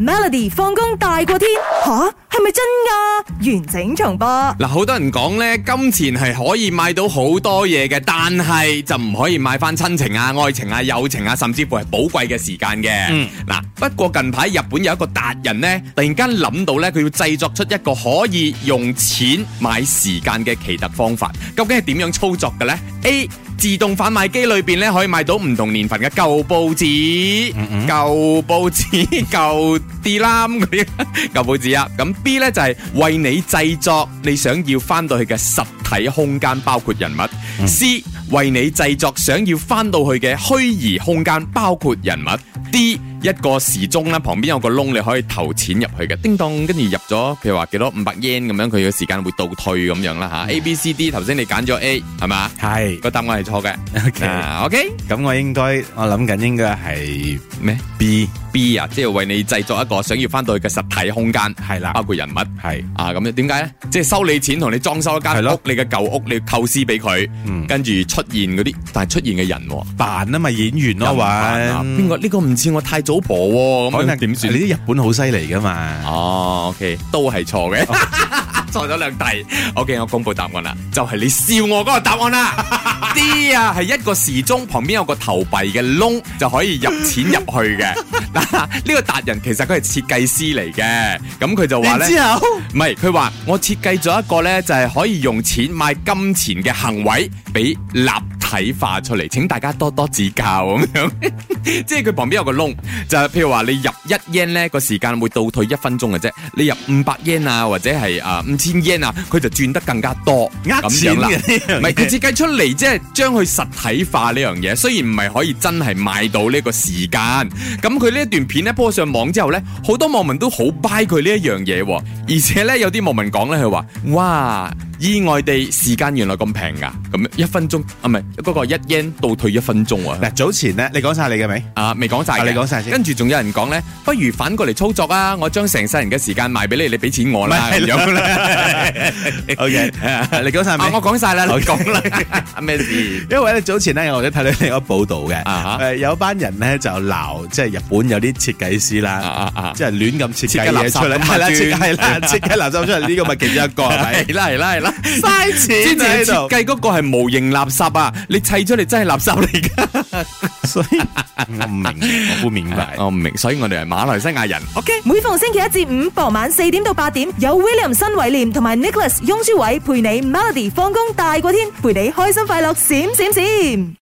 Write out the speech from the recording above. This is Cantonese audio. Melody 放工大過天吓，係咪真㗎？完整重 播。嗱，好多人講咧，金錢係可以買到好多嘢嘅，但係就唔可以買翻親情啊、愛情啊、友情啊，甚至乎係寶貴嘅時間嘅。嗱、不過近排日本有一個達人呢，突然間諗到呢，佢要製作出一個可以用錢買時間嘅奇特方法，究竟係點樣操作嘅呢 a 自動販賣機裏邊咧可以買到唔同年份嘅舊報紙、舊報紙、舊啲啦嗰啲 舊報紙啊。咁 B 呢就係、為你製作你想要翻到去嘅實體空間，包括人物。C 為你製作想要翻到去嘅虛擬空間，包括人物。D 一個時鐘啦，旁邊有個窿，你可以投錢入去嘅，叮當，跟住入咗，譬如話幾多五百 yen 咁樣，佢嘅時間會倒退咁樣啦吓。A、B、C、D，頭先你揀咗 A 係嘛？係個答案係錯 嘅。 ，OK，啊，OK 咁我應該我諗緊應該係咩 B B 啊，即係為你製作一個想要翻到去嘅實體空 間，係啦包，括人物。係啊，咁樣點解咧？即係收你錢同你裝修一間係屋咯，你嘅舊屋你要構思俾佢，嗯跟住出現嗰啲，但係出現嘅人喎，扮啊嘛演員咯有啊玩，邊個呢個唔似我太祖婆喎？可咁樣能點算你？啲日本好犀利噶嘛，哦，OK，都係錯嘅，錯咗兩題。OK，我公布答案啦，就係、你笑我嗰個答案啦。D 啊，係一個時鐘旁邊有個投幣嘅窿，就可以入錢入去嘅。嗱，呢個達人其實佢係設計師嚟嘅，咁佢就話然咧。之後唔係，佢話我設計咗一個呢，就係可以用錢買金錢嘅行為，俾立體化出嚟。請大家多多指教咁樣。 即係佢旁邊有個窿，就係譬如話你入一 yen 呢個時間會倒退一分鐘嘅啫。你入五百 yen 啊，或者係啊五千 yen 啊，佢就轉得更加多。呃咁樣錢啦唔嘅係呢樣嘢佢設計出嚟，即係將佢實體化呢樣嘢。雖然唔係可以真係買到呢個時間，咁佢呢一段片咧 po 上網之後呢，好多網民都好 buy 佢呢一樣嘢喎，而且呢，有啲網民講呢，佢話：哇！意外地時間原來咁平㗎，咁樣一分鐘啊，唔係嗰個一 yen 倒退一分鐘啊！嗱早前咧，你講晒你嘅未？啊，未講晒嘅，啊你講晒先跟住仲有人講咧，不如反過嚟操作啊！我將成世人嘅時間賣俾你，你俾錢我啦，咁樣啦。 OK，你講晒啊，我未？講晒啦，你講啦，咩事？因為咧早前咧，我哋睇到另一個報道嘅，啊哈誒有班人咧就鬧，即係日本有啲設計師啊啦，啊啊！即係亂咁設計設計垃圾嘢出嚟，咁 啊係啦，轉設計係啦，設計垃圾出嚟，呢個咪其中一 個係咪？係啦係啦係啦，嘥之錢前喺設度，計嗰個係模型垃圾啊，你砌出嚟真係垃圾 嚟噶。所以 我唔明，我不明白。哦我唔明，所以我哋係馬來西亞人。 OK，每逢星期一至五傍晚四點到八點，有 William 新偉廉同埋 Nicholas 雍舒偉陪你 Melody 放工大過天，陪你開心快樂閃閃閃。